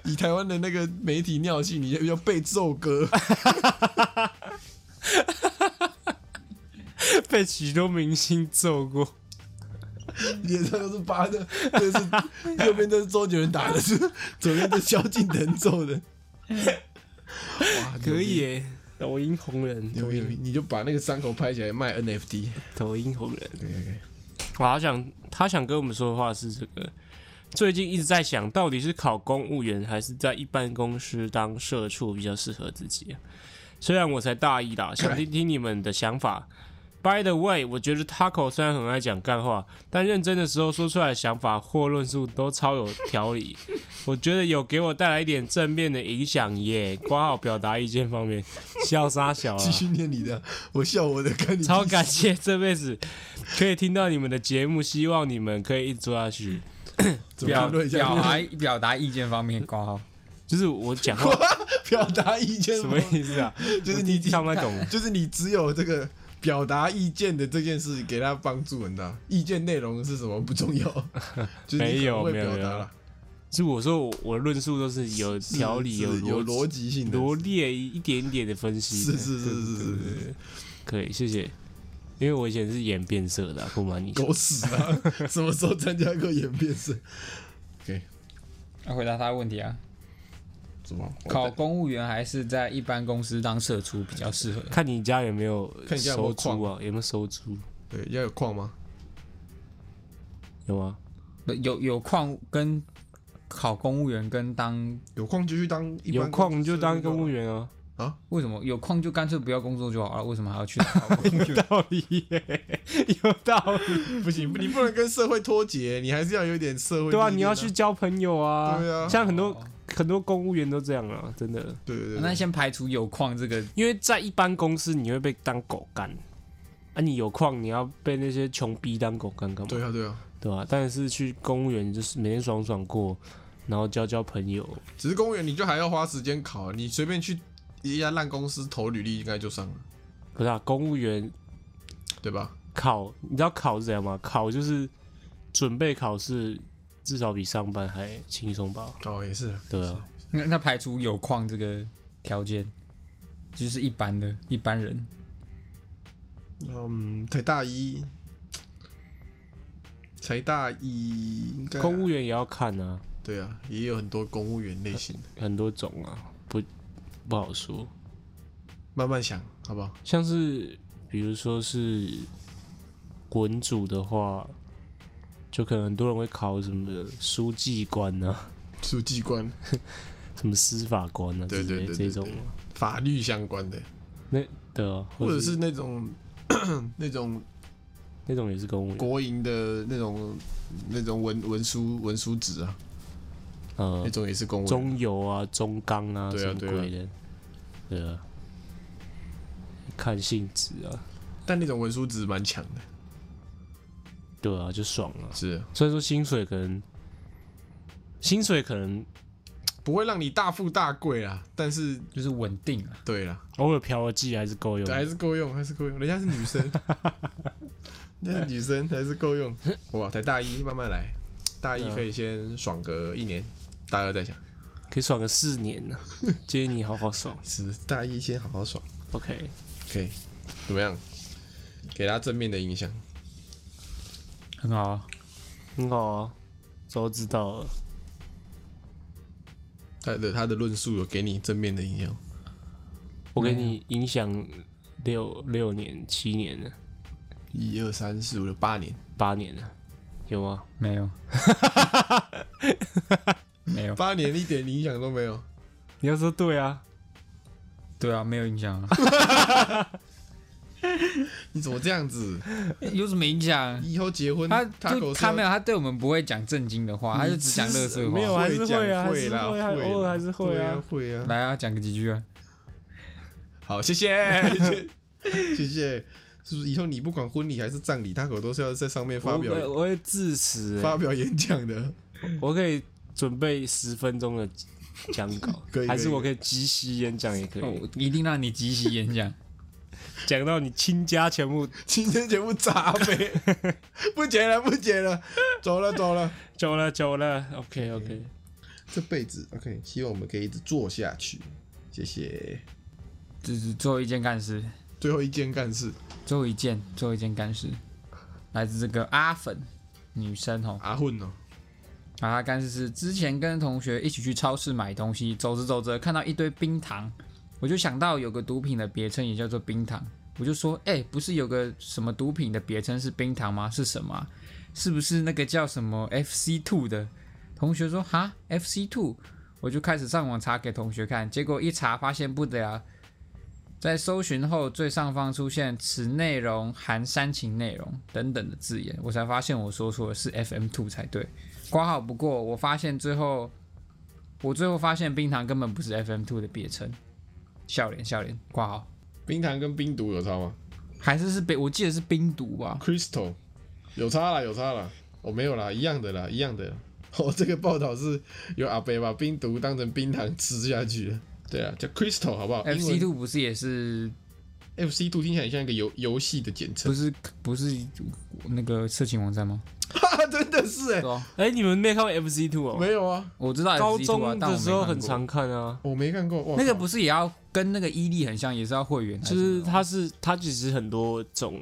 以台湾的那个媒体尿性，你要要被 揍哥，
被许多明星揍过，
脸上都是疤的，这是右边这是周杰伦打的，是 左边这是萧敬腾揍的。哇，
嗯可以耶！抖音红人，
牛逼，牛逼！你就把那个伤口拍起来卖 NFT。
抖音红人。
对对对，
我好想，他想跟我们说的话是这个：最近一直在想，到底是考公务员还是在一般公司当社畜比较适合自己啊、虽然我才大一啦，想听听你们的想法。By the way，我觉得 Taco 虽然很爱讲干话，但认真的时候说出来的想法或论述都超有条 理。我觉得有给我带来一点正面的影响耶。挂号表达意见方面，笑杀小啊
继。续念你的，我笑我的，看 你
超感谢这辈子可以听到你们的节目，希望你们可以一直做下去。
怎么
表
评论一下
表达表达意见方面挂号，
就是我讲话
表达意见
什么意思啊？
就是你
上班懂，
就是你只有这个表达意见的这件事给他帮助很大，意见内容是什么 不重要，就是你
没有
可能会
没有
表
没
达
有
了，
就是我说我我论述都是有条理、
是是有
逻
逻辑性的，
罗列一点点的分析
是
的。
是是
对
是，
对对
是
对
是，
可以谢谢。因为我以前是演变色的啊，不瞒你说，
狗屎啊！ 什么时候参加过演变社？
要回答他的问题啊，
什么？
考公务员还是在一般公司当社畜比较适合？
看你家有没有
看你家有没有
收租啊？有没有收租？
对要有矿吗？
有啊吗？
不有有矿跟考公务员跟当
有矿就去当一般
有空你就当
公
公务
员，
员啊，
为什么有矿就干脆不要工作就好了？为什么还 要去考公务员？
道理耶， 有道理。啊
不行，你不能跟社会脱节，你还是要有点社会历
对
练。
啊，你要去交朋友啊。
对啊
像很多
哦
很多公务员都这样啊，真的。
对对对，
那先排除有矿这个
因为在一般公司你会被当狗干，啊，你有矿你要被那些穷逼当狗干干嘛？
对啊对啊，
对吧、但是去公务员就是每天爽爽过，然后交交朋友，
只是公务员你就还要花时间考，你随便去一家烂公司投履历应该就上了，
不是啊？公务员
对吧？
考，你知道考是怎样吗？考就是准备考试，至少比上班还轻松吧？
哦，也是，
对啊，
那那排除有矿这个条件，就是一般的一般人。
嗯，才大一，才大一，应该
公务员也要看啊，
对啊，也有很多公务员类型的，
很多种啊，不不好说。
慢慢想，好不好？
像是比如说是滚主的话，就可能很多人会考什么书记官啊，
书记官、
什么司法官啊之
对对
类
对
这
对
种
对
啊，
法律相关的，
那对啊，
或者
是
是那种 那种
那种也是公务员，
国营的那种那种文文书文书职啊，
呃
那，种也是公务员。
中油啊、中钢啊
对啊
什么
对啊
鬼的，对啊，看性质啊，
但那种文书职蛮强的，
对啊，就爽啊。
是
虽然说薪水可能，薪水可能
不会让你大富大贵啦，但是
就是稳定啊，
对啦，
偶尔嫖个妓还是够用的，
对还是够用，还是够用，人家是女 生，人家是女生还是够用，哇，才大一，慢慢来，大一可以先爽个一年，大二再想，
可以爽个四年 呢、建议你好好爽。
是大一先好好爽
OK，
，OK，怎么样？给他正面的影响，
很好啊。
很好啊，都知道了。
他的他的论述有给你正面的影响，
我给你影响六六年、七年了、
一二三四五六八年，
八年了，有吗？
没 有，没有，
八年一点影响都没有，
你要说对啊，
对啊，没有影响啊，
你怎么这样子？
有什么影响？啊
以后结婚，
他
他
嗯就他没有，他对我们不会讲正经的话，他就只讲乐色话。
没有啊还是
讲
会啊还是
会啦，
会啊
会啦
偶尔还是会啊
对啊，会啊。
来啊，讲个几句啊。
好，谢谢， 谢谢。是不是以后你不管婚礼还是葬礼，大可都是要在上面发
我
表
会我会致辞、欸
发表演讲的？
我可以准备十分钟的讲稿
可以，
还
可
是
以
我可以即席演讲也可以，
哦一定让你即席演讲。
讲到你倾家全部
今天节目砸呗， 不结了，不结了，走了，走了。
走了走了，OK
嗯
OK，
这辈子 OK，希望我们可以一直做下去。谢谢。
就是最后一件干事，
最后一件干事
最后一件，最后一件干事，来自这个阿粉女生哦，
阿混哦，
啊，她干事是之前跟同学一起去超市买东西，走着走着看到一堆冰糖，我就想到有个毒品的别称也叫做冰糖，我就说，哎、不是有个什么毒品的别称是冰糖吗？是什么啊、是不是那个叫什么 FC two 的？同学说，哈，FC two，我就开始上网查给同学看，结果一查发现不得了。在搜寻后，最上方出现“此内容含煽情内容”等等的字眼，我才发现我说错的是 FM two 才对。挂号不过，我发现最后，我最后发现冰糖根本不是 FM two 的别称，笑脸笑脸挂号，
冰糖跟冰毒有差吗
还是是冰，我记得是冰毒吧？
？Crystal 有差啦，有差啦。哦，没有啦，一样的啦，一样的啦。 哦，这个报道是有阿伯把冰毒当成冰糖吃下去了。对啊，叫 Crystal 好不好
FC two 不是也是
FC Two 听起来像一个游游戏的简
不
称，
是不是那个色情网站吗？
哈，真的是哎、
对啊，
哎、你们没看过 FC Two 哦？
没有啊，
我知道 FC2 啊、
高中
但我
的
没
时候
看
很
过
常看啊，
我没看过。哇
那个
靠
不是也要跟那个伊利很像，也是要会员还
就
什么的吗，
是它是它其实很多种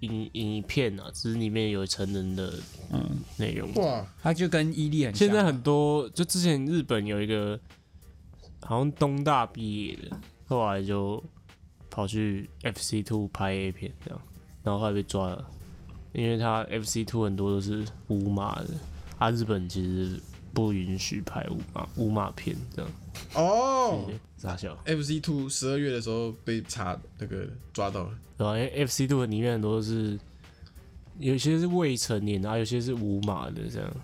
影影片啊，只是里面有成人的
嗯
内容。
哇，
它就跟伊利很像。
现在很多就之前日本有一个好像东大毕业的，后来就跑去 FC Two 拍 A 片这样，然后后来被抓了，因为他 FC Two 很多都是无码的，啊，日本其实不允许拍无码无码片这样，
哦
傻笑。
，FC Two 十二月的时候被查那个抓到了，
对啊，因为 FC Two 里面很多是有些是未成年的，啊，有些是无码的这样。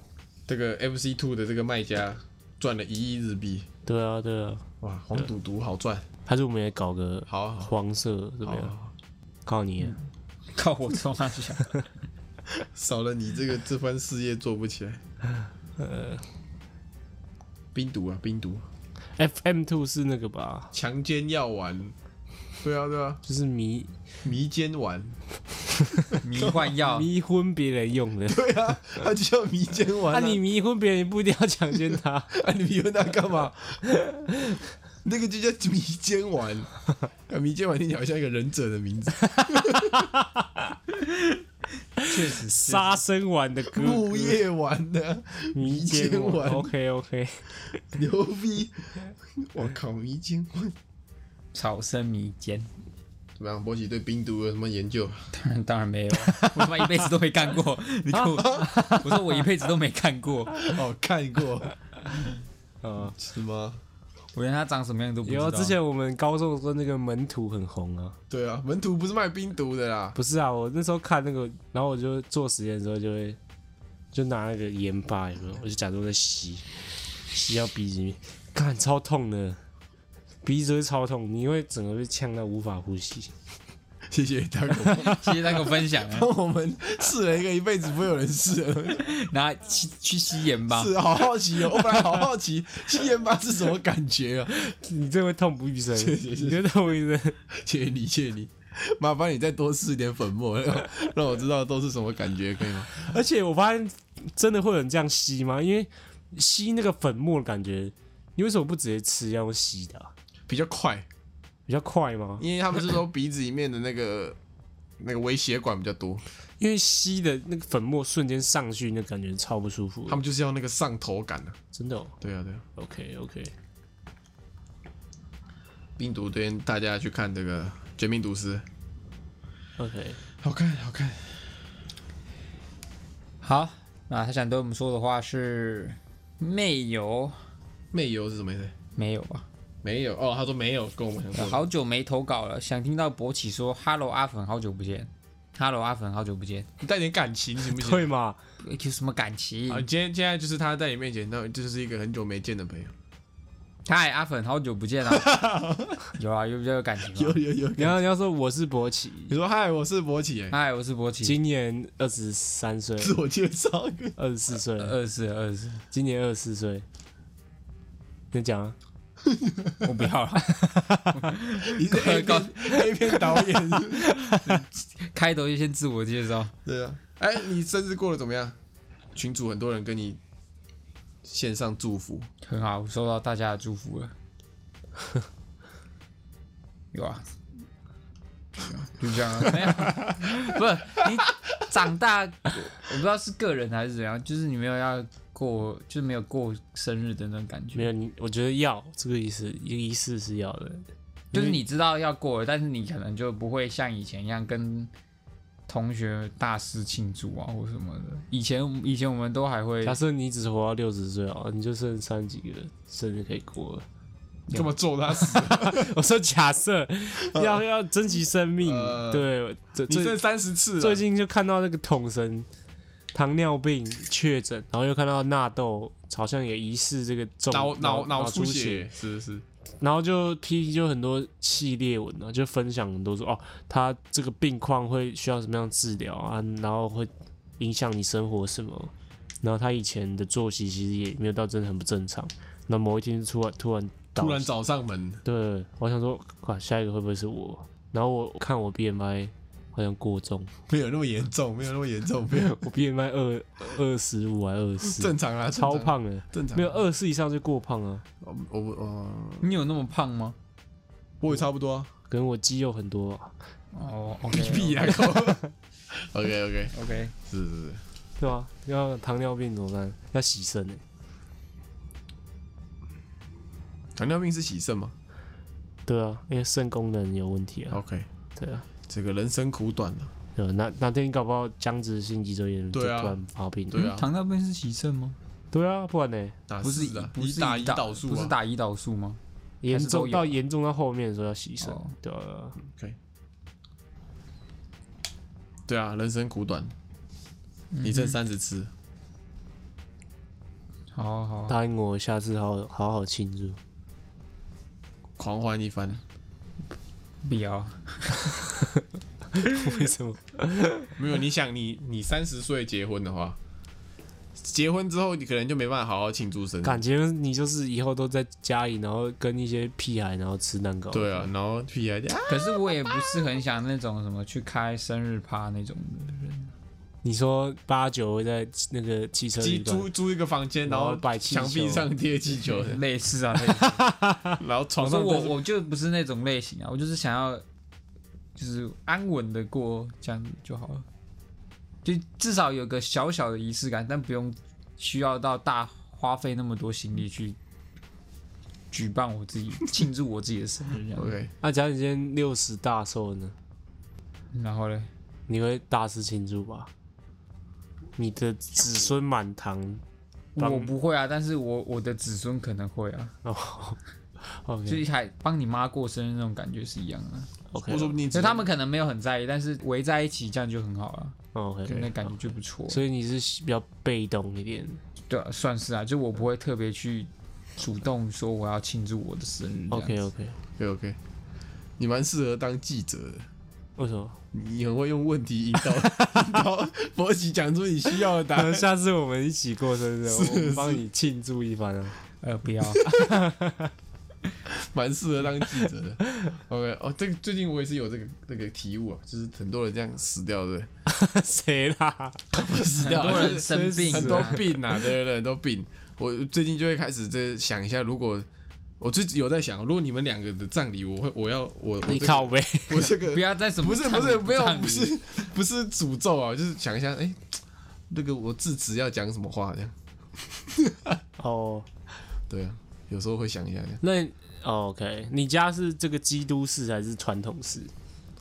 这个 FC Two 的这个卖家赚了一亿日币，
对啊，对啊，
哇，黄赌毒好赚，
还是我们也搞个
好好
黄色怎么
啊
好啊
样？
好，
靠你了。
靠我冲上去，
少了你这个这番事业做不起来。呃冰毒啊，冰毒，
FM Two 是那个吧？
强奸药丸，对啊对啊，
就是迷
迷奸丸，
迷幻药。
迷昏别人用的。
啊对啊，它就叫迷奸丸、
那、
啊。
你迷昏别人，你不一定要强奸他。
啊，你们问他干嘛？那个就叫迷奸丸， 啊，迷奸丸听起来好像一个忍者的名 字，
杀生丸的歌，
木叶丸的、
迷奸
迷奸丸
OK OK，
牛逼！我靠，迷奸丸
草生迷奸，
怎么样？波奇对冰毒有什么研究？
当然 当然没有，我他妈一辈子都没干过。你看我，我说我一辈子都没看过，
哦，看 过
呃，
是吗？
我连他长什么样都不知
有
道。
啊 之前我们高中的时候那个门徒很红啊。
对啊，门徒不是卖冰毒的啦，
不是啊，我那时候看那个，然后我就做实验的时候就会就拿那个盐巴，有没有？我就假装在吸，吸到鼻子里面，看超痛的，鼻子会超痛，你会整个被呛到无法呼吸。
谢谢大哥，
谢谢他给我分享 啊，
帮 我们试了一个一辈子不会有人试的东 西，
拿去去吸盐吧。
是好好奇哦，我本来好好奇吸烟吧是什么感觉啊，
你这会痛不欲 生，
谢
你就痛不欲生。
谢谢你，谢谢你，麻烦你再多试一点粉末，让我让我知道都是什么感觉，可以吗？
而且我发现真的会有人这样吸吗？因为吸那个粉末的感觉，你为什么不直接吃要用吸的啊、
比较快，
比较快吗？
因为他们是说鼻子里面的那个那个微血管比较多，
因为吸的那个粉末瞬间上去，那感觉超不舒服
他
的。
们就是要那个上头感啊。
真的、哦、
对啊，对啊，
，OK OK。
冰毒推荐大家去看这个《绝命毒师》，
OK，
好看，好看。
好，那他想对我们说的话是没有，
魅游是什么意思？
没有吧？
没有哦，他说没有，跟我们很像。
好久没投稿了，想听到博起说 “Hello 阿粉，好久不见 ”，“Hello 阿粉，好久不见哎
你带点感情行不行？
对嘛？”，
有什么感情
哎啊，？今天现在就是他在你面前，那就是一个很久没见的朋友。
嗨，阿粉，好久不见啊！有啊，有比较有感情
有
吗？
有有，
你要你要说我是博奇，
你说嗨，我是博奇，哎，
嗨，我是博奇，
今年二十三岁，
自我介 绍，
二十四
呃
岁，
二十四，二十四，
今年二十四岁。你讲啊，
我不要了，
你是 A
高
片 A 片导演是不是，
开头就先自我介绍。
对啊，哎，你生日过得怎么样？群主很多人跟你线上祝福，
很好，我收到大家的祝福了。 有啊， 就这样 啊，没有，不是你长大，我我不知道是个人还是怎样，就是你没有要过，就是没有过生日的那种感觉，
没有你，我觉得要这个仪式，一个仪式是要的。
就是你知道要过了，但是你可能就不会像以前一样跟同学大肆庆祝啊或什么的。以前以前我们都还会
假设你只活到六十岁哦，你就剩三几个生日可以 过了。
干嘛咒他 死？
我说假设要要珍惜生命，
呃
对，这
你
最
啊剩三十次了，
最近就看到那个统神糖尿病确诊，然后又看到纳豆好像也疑似这个中
脑脑
脑
脑出
血
血，，是是。
然后就 P 就很多系列文啊，就分享很多说哦，他这个病况会需要什么样的治疗啊，然后会影响你生活什么，然后他以前的作息其实也没有到真的很不正常，那某一天就突然突然倒
突然找上门，
对，我想说，哇，下一个会不会是我？然后我看我 BMI 好像过重，
没有那么严重，没有那么严重，没有
我 BMI 二二十五还二十，
正常啊，正常
超，胖的，
正常
没有二十以上就过胖啊，
我我我
你有那么胖吗？
我也差不多啊，
可能我肌肉很多、啊，
哦
屁
，OK
屁 啊，OK OK，
OK，
是是是，
对吧、要糖尿病怎么办？要洗肾、欸、
糖尿病是喜肾吗
对啊，因为肾功能有问题啊，
？OK，
对啊，
这个人生苦短啊，
对啊哪哪天你搞不好僵直性脊椎炎就突
对啊
然发病，
对啊，
嗯糖尿病是洗肾吗？
对啊，不然呢？
打
不是
是啊，
不是
你打胰岛素啊，
不是打胰岛素吗？还
严
是都
重
有
到严重到后面的时候要洗肾
哦，
对啊，
OK，对啊，人生苦短，
嗯
你剩三十次，
好好好，
答应我下次好好好庆 祝。
狂欢一番，
不要，
为什么？
没有，你想你你三十岁结婚的话。结婚之后，你可能就没办法好好庆祝生日。
感觉你就是以后都在家里，然后跟一些屁孩，然后吃蛋糕。
对啊，然后屁孩就啊，
可是我也不是很想那种什么去开生日趴那种的人，
你说八九会在那个汽车
租
旅馆
租，租一个房间，然
然后
后
摆气球
墙壁上贴 气球，
类似啊，类似。
然后
我
床
说
上
我我就不是那种类型啊，我就是想要就是安稳的过这样子就好了，就至少有个小小的仪式感，但不用需要到大花费那么多心力去举办我自己庆祝我自己的生日这样子。
OK，
那、啊假如你今天六十大寿呢，
然后嘞，
你会大肆庆祝吧？你的子孙满堂帮
我不会啊，但是我我的子孙可能会啊。
哦。
就
OK
是还帮你妈过生日那种感觉是一样的，
我
OK
说不定
所以他们可能没有很在意，但是围在一起这样就很好了，
哦 OK，
那感觉就不错。
所以你是比较被动一点。
对啊，算是啊，就我不会特别去主动说我要庆祝我的生日这样子。
OK OK，
OK OK，你蛮适合当记者的，
为什 么？
你很会用问题引导 引导博奇讲出你需要 的答案。
呃下次我们一起过生日，我们帮你庆祝一番啊！
呃，不要，
蛮适合当记者的。OK，哦，这个最近我也是有这个这个体悟啊，就是很多人这样死掉，对不
谁啦？
对？死
很多人
就是
生病
很多
啊，
病啊，对对对，很多病。我最近就会开始这想一下，如果我自己有在想，如果你们两个的葬礼，我会我要我 我
你
这个
靠 呗。
我这个
不要再什么
不是不是
葬礼
没有
葬礼
不是不是诅咒啊，就是想一下，哎、那个我致辞要讲什么话这样？
哦，
对啊，有时候会想一下这样。
那哦 OK，你家是这个基督式还是传统式？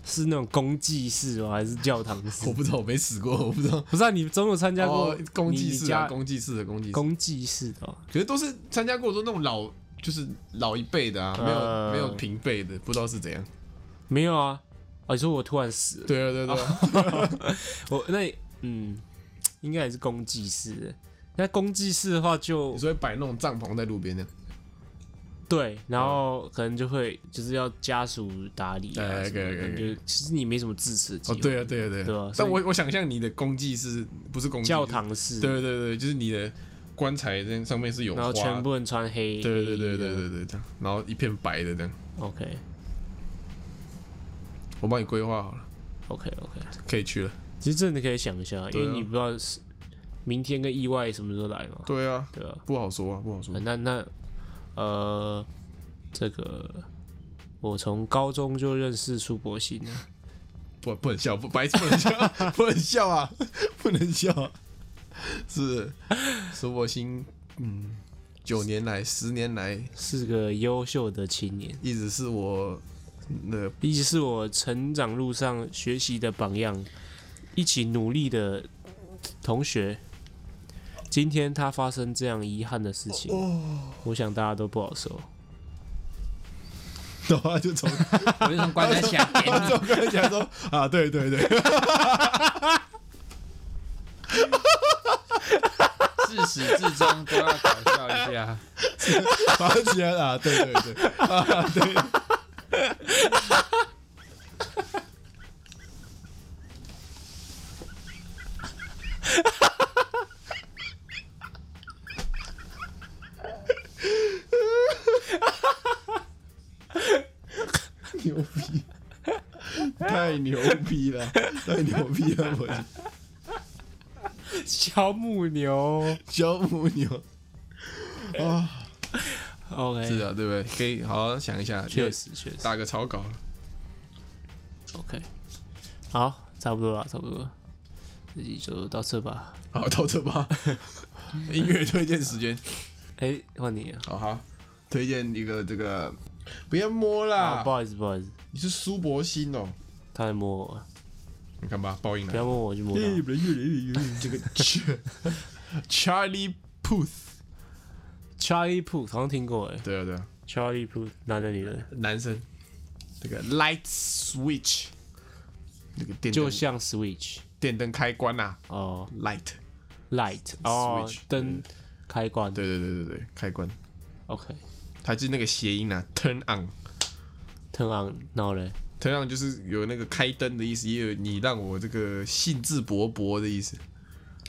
是那种公祭式吗？还是教堂式
我？不知道，我没死过，我不知道。
不是啊，你总有参加过
哦，公
你
祭
你
式啊，
家
公祭式的公祭式，
公祭式的哦、
可是都是参加过都那种老，就是老一辈的啊，没有、
呃
没有平辈的，不知道是怎样。
没有啊？哦，你说我突然死了，
对啊对啊对啊，
哦我那嗯，应该也是公祭式的。那公祭式的话就
你说会摆那种帐篷在路边那样，
对，然后可能就会就是要家属打理啊
哎
什么的，
可以可以可以
就其实你没什么自持的机
哦
会，，
对啊，对啊，对
对
啊
啊。所
但
以
我我想象你的功绩是不是功绩？
教。堂式，
对对对，就是你的棺材那上面是有花，
然后全部人穿黑，
对对对对
黑衣
对对，这样，然后一片白的这样，
的，OK
我帮你规划好了，
OK OK，
可以去了。
其实真的可以想一下，因
对啊
为你不知道是明天跟意外什么时候来嘛，
对啊，
对吧？
不好说啊，不好说
呃。那那呃，这个我从高中就认识苏博信了。
不不能笑，不白痴不能笑， 不能笑啊，不能笑、啊。是，是我心，嗯，九年来、十年来，
是个优秀的青年，
一直是我嗯 的
一直是我成长路上学习的榜样，一起努力的同学。今天他发生这样遗憾的事情，我想大家都不好受。
的话，就从
我就从棺材下面
就跟人讲说啊，对对对，
自始至终都要搞笑一下。
爬起来啊，对对对，啊对。 牛逼，太牛逼了，太牛逼了！我
小母牛
小母牛。
，OK，
是，啊，对不对？可以好好想一下，
确实确实
打个草稿。
，OK，好，差不多了，差不多了，这集就到这吧。
好，到这吧。音乐推荐时间，
哎、换你了，
好好推荐一个这个，不要摸
啊，
啦
不，好意思，不好意思，
你是苏博欣哦，
他来摸我了，
你看吧，报应
不要
了。
摸我，我就摸他。
这个 Charlie Puth，
Charlie Puth 好像听过哎
对啊对啊，
，Charlie Puth 男的女的，
男生，这个 Light Switch，那个电灯
就像 Switch
电灯开关呐
哦
，Light，
，Light 哦
Switch，
灯开关
对对对对对，开关，
，OK
它就是那个谐音啊，Turn on。
turn on，然后嘞，
同样就是有那个开灯的意思，也有你让我这个兴致勃勃的意思。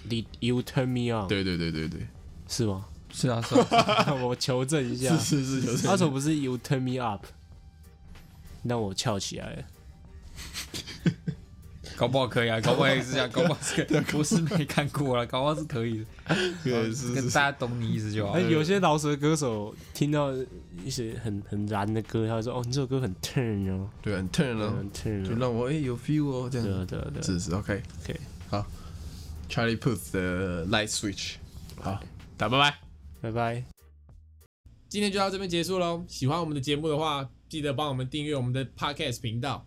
你 you turn me on
对对对对对，
是 吗？
是啊，是啊，
我求证一下，
啊
是是有
那首不是 you turn me up，让我翘起来了，
搞不好可以啊，搞不好也是这样，搞不好是可以。我是没看过了，搞不好是可以的，
呃
是是
跟
是，
大家懂你意思就好
哎，。有些饶舌歌手听到一些很很燃的歌，他会说哦，你这首歌很 turn 哦，
对，很 turn 哦，
嗯
很 turn
就
哦，
让我哎有 feel 哦，这
对
样
啊对啊对啊
是是 OK
，OK，
好。Charlie Puth 的 Light Switch，好，打拜拜。
拜拜。
今天就到这边结束喽。喜欢我们的节目的话，记得帮我们订阅我们的 Podcast 频道，